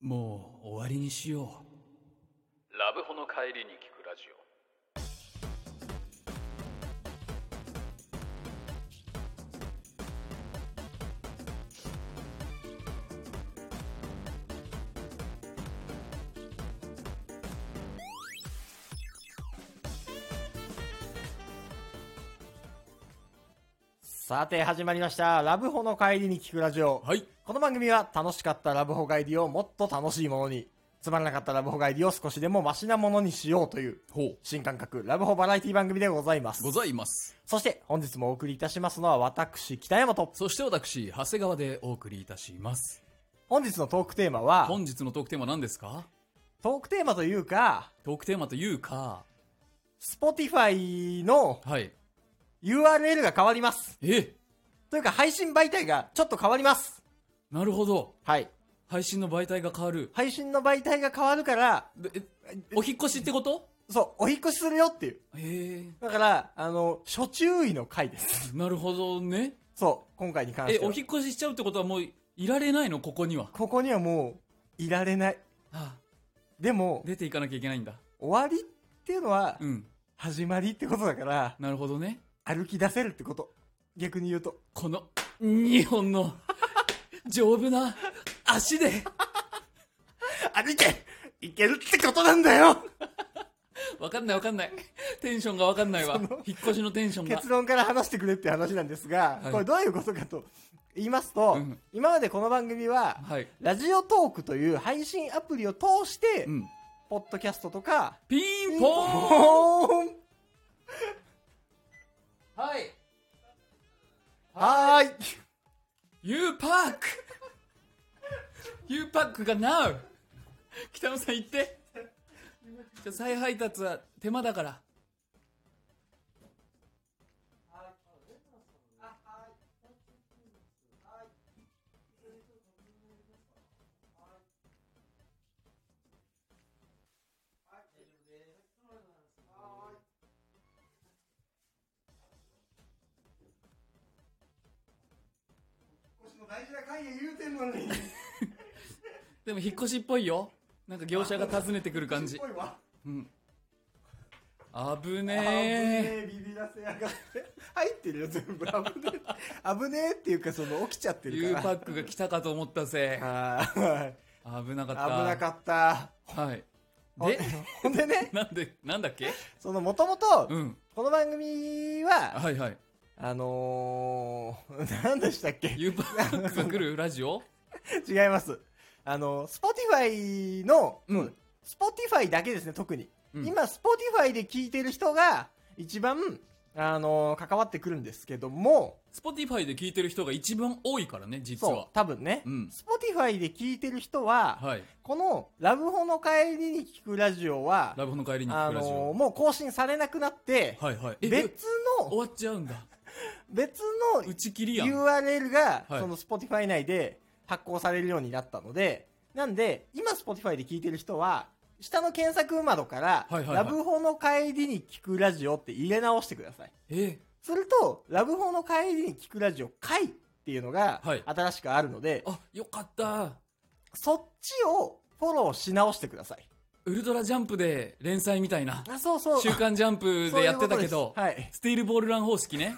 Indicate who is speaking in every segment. Speaker 1: もう終わりにしよ
Speaker 2: ラブホの帰りに聞くラジオ
Speaker 3: さて始まりましたラブホの帰りに聞くラジオ、
Speaker 1: う。はい。
Speaker 3: この番組は楽しかったラブホ帰りをもっと楽しいものにつまらなかったラブホ帰りを少しでもマシなものにしようという
Speaker 1: ほう。
Speaker 3: 新感覚ラブホバラエティ番組でございます
Speaker 1: ございます。
Speaker 3: そして本日もお送りいたしますのは私北山と
Speaker 1: そして私、長谷川でお送りいたします。
Speaker 3: 本日のトークテーマは
Speaker 1: 本日のトークテーマ何ですか
Speaker 3: トークテーマというか
Speaker 1: トークテーマというか、
Speaker 3: Spotify の
Speaker 1: はい。
Speaker 3: URL が変わります
Speaker 1: え
Speaker 3: というか配信媒体がちょっと変わります
Speaker 1: なるほど。
Speaker 3: はい
Speaker 1: 配信の媒体が変わる。
Speaker 3: 配信の媒体が変わるから
Speaker 1: でえお引っ越しってこと
Speaker 3: そうお引っ越しするよっていう
Speaker 1: ええ
Speaker 3: だからあの初注意の回です
Speaker 1: なるほどね。
Speaker 3: そう、今回に関し
Speaker 1: え、
Speaker 3: て
Speaker 1: お
Speaker 3: は。
Speaker 1: 引っ越ししちゃうってことはもういられないのここには。
Speaker 3: ここにはもう、いられない。
Speaker 1: はあ
Speaker 3: でも、
Speaker 1: 出ていかなきゃいけないんだ。
Speaker 3: 終わりっていうのは
Speaker 1: う、ん。
Speaker 3: 始まりってことだから、
Speaker 1: なるほどね。
Speaker 3: 歩き出せるってこと。逆に言うと。
Speaker 1: この、日本 の、丈夫な足で、
Speaker 3: 歩けいけるってことなんだよ
Speaker 1: わかんないわかんない。テンションがわかんないわ
Speaker 3: その。
Speaker 1: 引っ越しのテンションが
Speaker 3: 結。論から話してくれって話なんですが、
Speaker 1: はい
Speaker 3: これどういうことかと言いますと、
Speaker 1: うん
Speaker 3: 今までこの番組は、
Speaker 1: はい。
Speaker 3: ラジオトークという配信アプリを通して、
Speaker 1: うん。
Speaker 3: ポッドキャストとか、
Speaker 1: ピンポーン
Speaker 3: ポーン
Speaker 1: はい。
Speaker 3: はーい
Speaker 1: U パーク U パークが NOW! 北野さん言って。じゃあ再配達は手間だから。
Speaker 3: 大事な会議言うてんのに。
Speaker 1: でも引っ越しっぽいよ。なんか業者が訪ねてくる感じ。うん。危ね
Speaker 3: あ
Speaker 1: え。
Speaker 3: 危ねえビビらせやがって入ってるよ全部危ねえ危ねえっていうかその起きちゃって
Speaker 1: U
Speaker 3: る
Speaker 1: パ
Speaker 3: か
Speaker 1: ックが来たかと思ったせい。
Speaker 3: らはい
Speaker 1: 危なか
Speaker 3: 危
Speaker 1: った。
Speaker 3: なかった
Speaker 1: はい。で、
Speaker 3: ほんでね
Speaker 1: なんで、なんだっけ
Speaker 3: そのもともと
Speaker 1: うん。
Speaker 3: この番組は
Speaker 1: はいはい。
Speaker 3: あのー、何でしたっけ
Speaker 1: U パックが来るラジオ
Speaker 3: 違いますあの Spotify の
Speaker 1: うん。
Speaker 3: Spotify だけですね特に、
Speaker 1: うん
Speaker 3: 今 Spotify で聞いてる人が一番あのー関わってくるんですけども
Speaker 1: Spotify で聞いてる人が一番多いからね、実
Speaker 3: そう
Speaker 1: は。
Speaker 3: 多分ね、
Speaker 1: うん
Speaker 3: Spotify で聞いてる人は、
Speaker 1: はい。
Speaker 3: このラブホの帰りに聞くラジオは、
Speaker 1: ラブホの帰りに聞
Speaker 3: あ
Speaker 1: くラジ
Speaker 3: の
Speaker 1: オ。
Speaker 3: もう更新されなくなって、
Speaker 1: はいはい。え、で
Speaker 3: 別
Speaker 1: 終
Speaker 3: の、
Speaker 1: わっちゃうんだ。
Speaker 3: 別
Speaker 1: 打
Speaker 3: の
Speaker 1: ち切りやん。
Speaker 3: URL が、
Speaker 1: はい
Speaker 3: その Spotify 内で発行されるようになったので、なんで、今 Spotify で聞いてる人は、下の検索窓から、
Speaker 1: はいはいはい
Speaker 3: ラブホの帰りに聞くラジオって入れ直してください。
Speaker 1: え、
Speaker 3: すると、ラブホの帰りに聞くラジオ回っていうのが
Speaker 1: はい、
Speaker 3: 新しくあるので、
Speaker 1: あ、よかった。
Speaker 3: そっちをフォローし直してください。
Speaker 1: ウルトラジャンプで連載みたいな。
Speaker 3: あ、そうそう。
Speaker 1: 週刊ジャンプでやってたけど、
Speaker 3: そういうことですはい
Speaker 1: スティールボールラン方式 ね。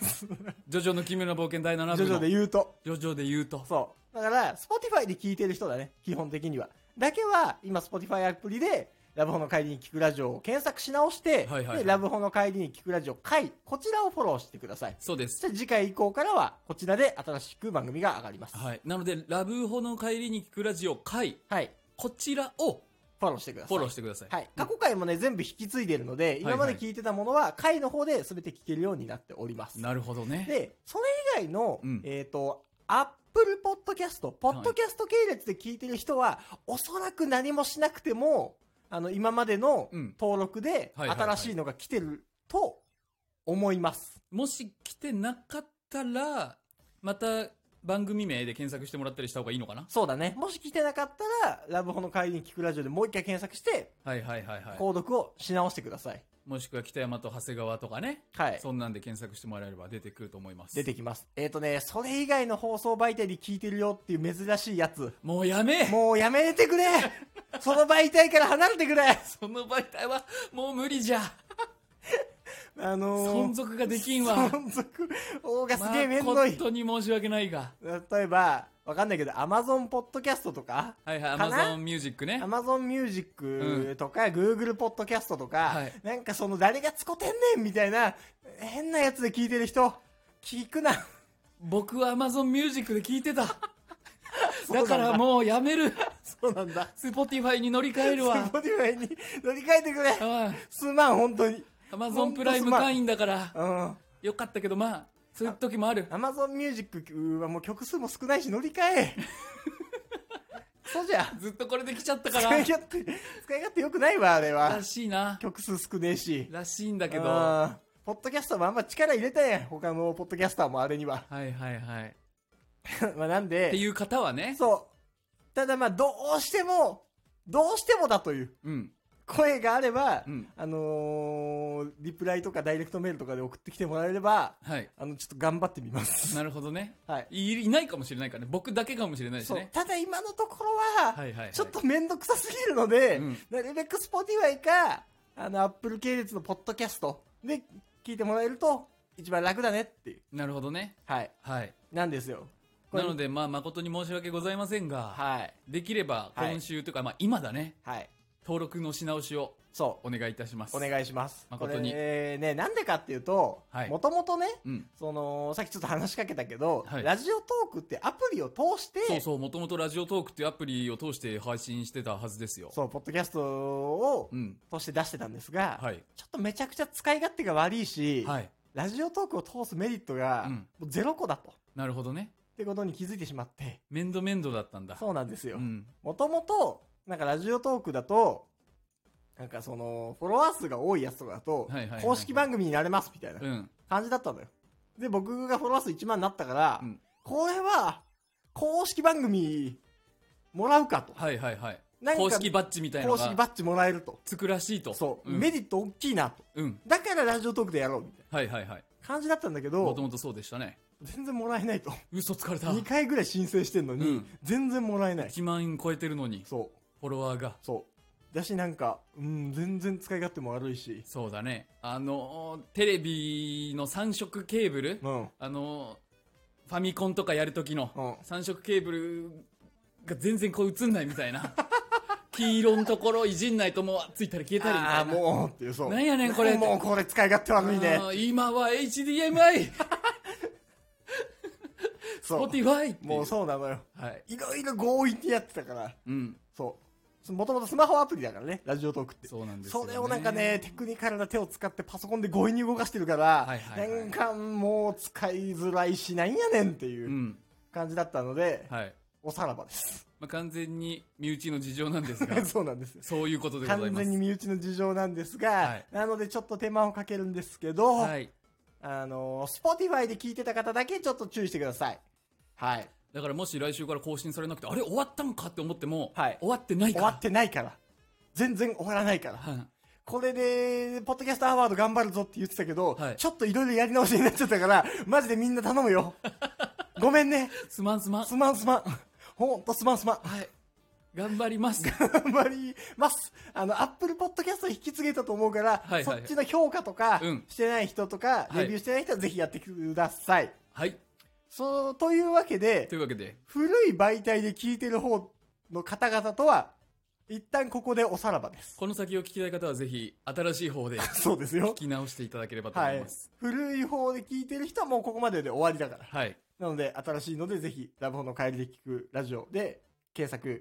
Speaker 1: ジョジョの奇妙な冒険第7部の。
Speaker 3: ジョジョで言うと。
Speaker 1: ジョジョで言うと。
Speaker 3: そう。だから、Spotify で聞いてる人だね、基本的には。だけは、今、Spotify アプリで、ラブホの帰りに聞くラジオを検索し直して、
Speaker 1: はいはいはい
Speaker 3: で、ラブホの帰りに聞くラジオ回、こちらをフォローしてください。
Speaker 1: そうで
Speaker 3: そし
Speaker 1: す。
Speaker 3: て次回以降からは、こちらで新しく番組が上がります。
Speaker 1: はい。なので、ラブホの帰りに聞くラジオ回、
Speaker 3: はい。
Speaker 1: こちらを
Speaker 3: フォローしてください。
Speaker 1: フォローしてください。
Speaker 3: はい。過去回もね、全部引き継いでるので、今まで聞いてたものは、回の方で全て聞けるようになっております。
Speaker 1: なるほどね。
Speaker 3: で、それ以外の、
Speaker 1: うん
Speaker 3: えっ、と、アップルポッドキャスト、ポッドキャスト系列で聞いてる人は、おそらく何もしなくても、あの、今までの
Speaker 1: うん
Speaker 3: 登録で、
Speaker 1: はいはいはい
Speaker 3: 新しいのが来てると思います。
Speaker 1: もし来てなかったら、また番組名で検索してもらったりした方がいいのかな
Speaker 3: そうだね。もし来てなかったら、ラブホの帰りに聞くラジオでもう一回検索して、
Speaker 1: はいはいはいはい。
Speaker 3: 購読をし直してください。
Speaker 1: もしくは北山と長谷川とかね、
Speaker 3: はい。
Speaker 1: そんなんで検索してもらえれば出てくると思います
Speaker 3: 出てきます。えっ、とね、それ以外の放送媒体で聞いてるよっていう珍しいやつ。
Speaker 1: もうやめえ
Speaker 3: もうやめ てくれその媒体から離れてくれ
Speaker 1: その媒体はもう無理じゃ
Speaker 3: あのー、
Speaker 1: 存続ができんわ
Speaker 3: 存続おーがすげえめんどい
Speaker 1: 本。当に申し訳ないが
Speaker 3: 例えば、わかんないけど、Amazon ポッドキャストとか、
Speaker 1: はいはい
Speaker 3: かな
Speaker 1: Amazon Music ね
Speaker 3: Amazon ミュージックとか、Google ポッドキャストとか、
Speaker 1: はい
Speaker 3: なんかその誰が使てんねんみたいな、変なやつで聞いてる人、聞くな。
Speaker 1: 僕は Amazon Music で聞いてただか
Speaker 3: そうなん
Speaker 1: らもうやめる
Speaker 3: そうなんだ。
Speaker 1: Spotify に乗り換えるわ
Speaker 3: スポティファイに乗り換えてくれ。すまん、本当に。
Speaker 1: Amazon プライム会員だから
Speaker 3: うん。
Speaker 1: よかったけどまあそういう時もある
Speaker 3: Amazon ミュージックはもう曲数も少ないし乗り換 え。そうじゃ。
Speaker 1: ずっとこれで来ちゃったか
Speaker 3: 使
Speaker 1: ら
Speaker 3: い勝手、使い勝手良くないわ、あれは
Speaker 1: ら。しいな
Speaker 3: 曲数少ねえし。
Speaker 1: らしいんだけどは
Speaker 3: あーポッドキャスターもあんま力入れたやん。他のポッドキャスターもあれ には。
Speaker 1: いはいはいっ
Speaker 3: まあなん
Speaker 1: て
Speaker 3: で、
Speaker 1: いう方はね
Speaker 3: そう。ただまあ、どうしても、どうしてもだという
Speaker 1: うん
Speaker 3: 声があれば、
Speaker 1: うん
Speaker 3: あのーリプライとかダイレクトメールとかで送ってきてもらえれば、
Speaker 1: はい
Speaker 3: あの、ちょっと頑張ってみます。
Speaker 1: なるほどね
Speaker 3: はい。
Speaker 1: いいないかもしれないからね僕だけかもしれないし
Speaker 3: そう
Speaker 1: ね。
Speaker 3: ただ今のところは、
Speaker 1: はいはいはい
Speaker 3: ちょっとめんどくさすぎるので、
Speaker 1: うん
Speaker 3: なるべく Spotify か、あの、Apple 系列のポッドキャストで聞いてもらえると、一番楽だねっていう。
Speaker 1: なるほどね
Speaker 3: はい。
Speaker 1: はい
Speaker 3: なんですよ。これ
Speaker 1: なのでまあ誠に申し訳ございませんが
Speaker 3: はい。
Speaker 1: できれば
Speaker 3: はい
Speaker 1: 今週というかまあ今だね
Speaker 3: はい。
Speaker 1: 登録のし直しを
Speaker 3: そ
Speaker 1: お願いいたします
Speaker 3: う。お願いします。
Speaker 1: 誠に
Speaker 3: これね、なんでかっていうと
Speaker 1: は、い
Speaker 3: もともとね、
Speaker 1: うん
Speaker 3: その、さっきちょっと話しかけたけど、
Speaker 1: はい
Speaker 3: ラジオトークってアプリを通して、
Speaker 1: そうそう、もともとラジオトークっていうアプリを通して配信してたはずですよ。
Speaker 3: そうポッドキャストを
Speaker 1: うん。
Speaker 3: 通して出してたんですが、
Speaker 1: はい。
Speaker 3: ちょっとめちゃくちゃ使い勝手が悪いし、
Speaker 1: はい。
Speaker 3: ラジオトークを通すメリットが、
Speaker 1: うん
Speaker 3: もうゼロ個だと。っ
Speaker 1: なるほどね。
Speaker 3: てことに気づいてしまって、
Speaker 1: 面倒面倒だったんだ。
Speaker 3: そうなんですよ。
Speaker 1: ん。
Speaker 3: もともと、なんかラジオトークだと、なんかその、フォロワー数が多いやつとかだと
Speaker 1: はいはいはいはい、
Speaker 3: 公式番組になれますみたいな
Speaker 1: うん。
Speaker 3: 感じだったのよ。で、僕がフォロワー数1万になったから、
Speaker 1: うん
Speaker 3: これは、公式番組、もらうかと。
Speaker 1: はいはいはい
Speaker 3: なん。か
Speaker 1: 公式バッジみたいなの
Speaker 3: 公式
Speaker 1: が
Speaker 3: バッジもらえると。
Speaker 1: つくらしいと。
Speaker 3: そう、
Speaker 1: ん
Speaker 3: メリット大きいなと。
Speaker 1: うん。
Speaker 3: だからラジオトークでやろうみたい
Speaker 1: はいはいはい。
Speaker 3: な感じだったんだけ
Speaker 1: もと
Speaker 3: ど、
Speaker 1: もとそうでしたね。
Speaker 3: 全然もらえない と。
Speaker 1: 嘘つかれた。
Speaker 3: 2回ぐらい申請してんのに、
Speaker 1: うん
Speaker 3: 全然もらえない。
Speaker 1: 1万円超えてるのに、
Speaker 3: そう。
Speaker 1: フォロワーが。
Speaker 3: そう。だしなんか、うん、全然使い勝手も悪いし。
Speaker 1: そうだね。あのー、テレビの3色ケーブル、
Speaker 3: うん。
Speaker 1: あのー、ファミコンとかやるときの、
Speaker 3: うん。
Speaker 1: 三色ケーブルが全然こう映んないみたい な黄色のところいじんないともうついたり消えたりみた
Speaker 3: あ
Speaker 1: いな
Speaker 3: あ、もうっていう、そう。
Speaker 1: なんやねんこれ
Speaker 3: もうこれ使い勝手悪いね
Speaker 1: あ。ー今は HDMI
Speaker 3: そう
Speaker 1: Spotify ってい
Speaker 3: もうそうなのよ。
Speaker 1: はい
Speaker 3: いろいろ強引にやってたから。
Speaker 1: うん
Speaker 3: そう。もともとスマホアプリだからね、ラジオトークって。
Speaker 1: そうなんですよ、
Speaker 3: そ
Speaker 1: ね、
Speaker 3: れをなんかね、テクニカルな手を使ってパソコンで強引に動かしてるから、
Speaker 1: はいはいはい
Speaker 3: なんかもう使いづらいしなんやねんって
Speaker 1: う
Speaker 3: いうん感じだったので、
Speaker 1: はい、
Speaker 3: おさらばです。
Speaker 1: まあ、完全に身内の事情なんです が
Speaker 3: そうなんですよ。
Speaker 1: そういうことでございます
Speaker 3: 完全に身内の事情なんですが、
Speaker 1: はい
Speaker 3: なのでちょっと手間をかけるんですけど、
Speaker 1: はい
Speaker 3: あの、Spotify で聞いてた方だけちょっと注意してください。はい。
Speaker 1: だからもし来週から更新されなくてあれ終わったんかって思っても、
Speaker 3: はい
Speaker 1: 終わってないか
Speaker 3: 終
Speaker 1: ら
Speaker 3: わってないから。全然終わらないから。
Speaker 1: はい
Speaker 3: これで、ポッドキャストアワード頑張るぞって言ってたけど、
Speaker 1: はい
Speaker 3: ちょっといろいろやり直しになっちゃったから、マジでみんな頼むよ。ごめんね。
Speaker 1: すまんすまん
Speaker 3: すまんすまん。ほんとすまんすまん。
Speaker 1: はい頑張ります
Speaker 3: 頑張ります。あの、アップルポッドキャスト引き継げたと思うから、
Speaker 1: はいはい
Speaker 3: そっちの評価とか、
Speaker 1: うん
Speaker 3: してない人とか、
Speaker 1: はい
Speaker 3: レビューしてない人はぜひやってください。
Speaker 1: はい
Speaker 3: そう、というわけで
Speaker 1: とい、うわけで
Speaker 3: 古い媒体で聞いてる方の方々とは、一旦ここでおさらばです。
Speaker 1: この先を聞きたい方はぜひ新しい方で
Speaker 3: そうですよ
Speaker 1: 聞。き直していただければと思
Speaker 3: はいい
Speaker 1: ます。。
Speaker 3: 古い方で聞いてる人はもうここまでで終わりだから。
Speaker 1: はい。
Speaker 3: なので、新しいので、ぜひ、ラブホの帰りで聞くラジオで検索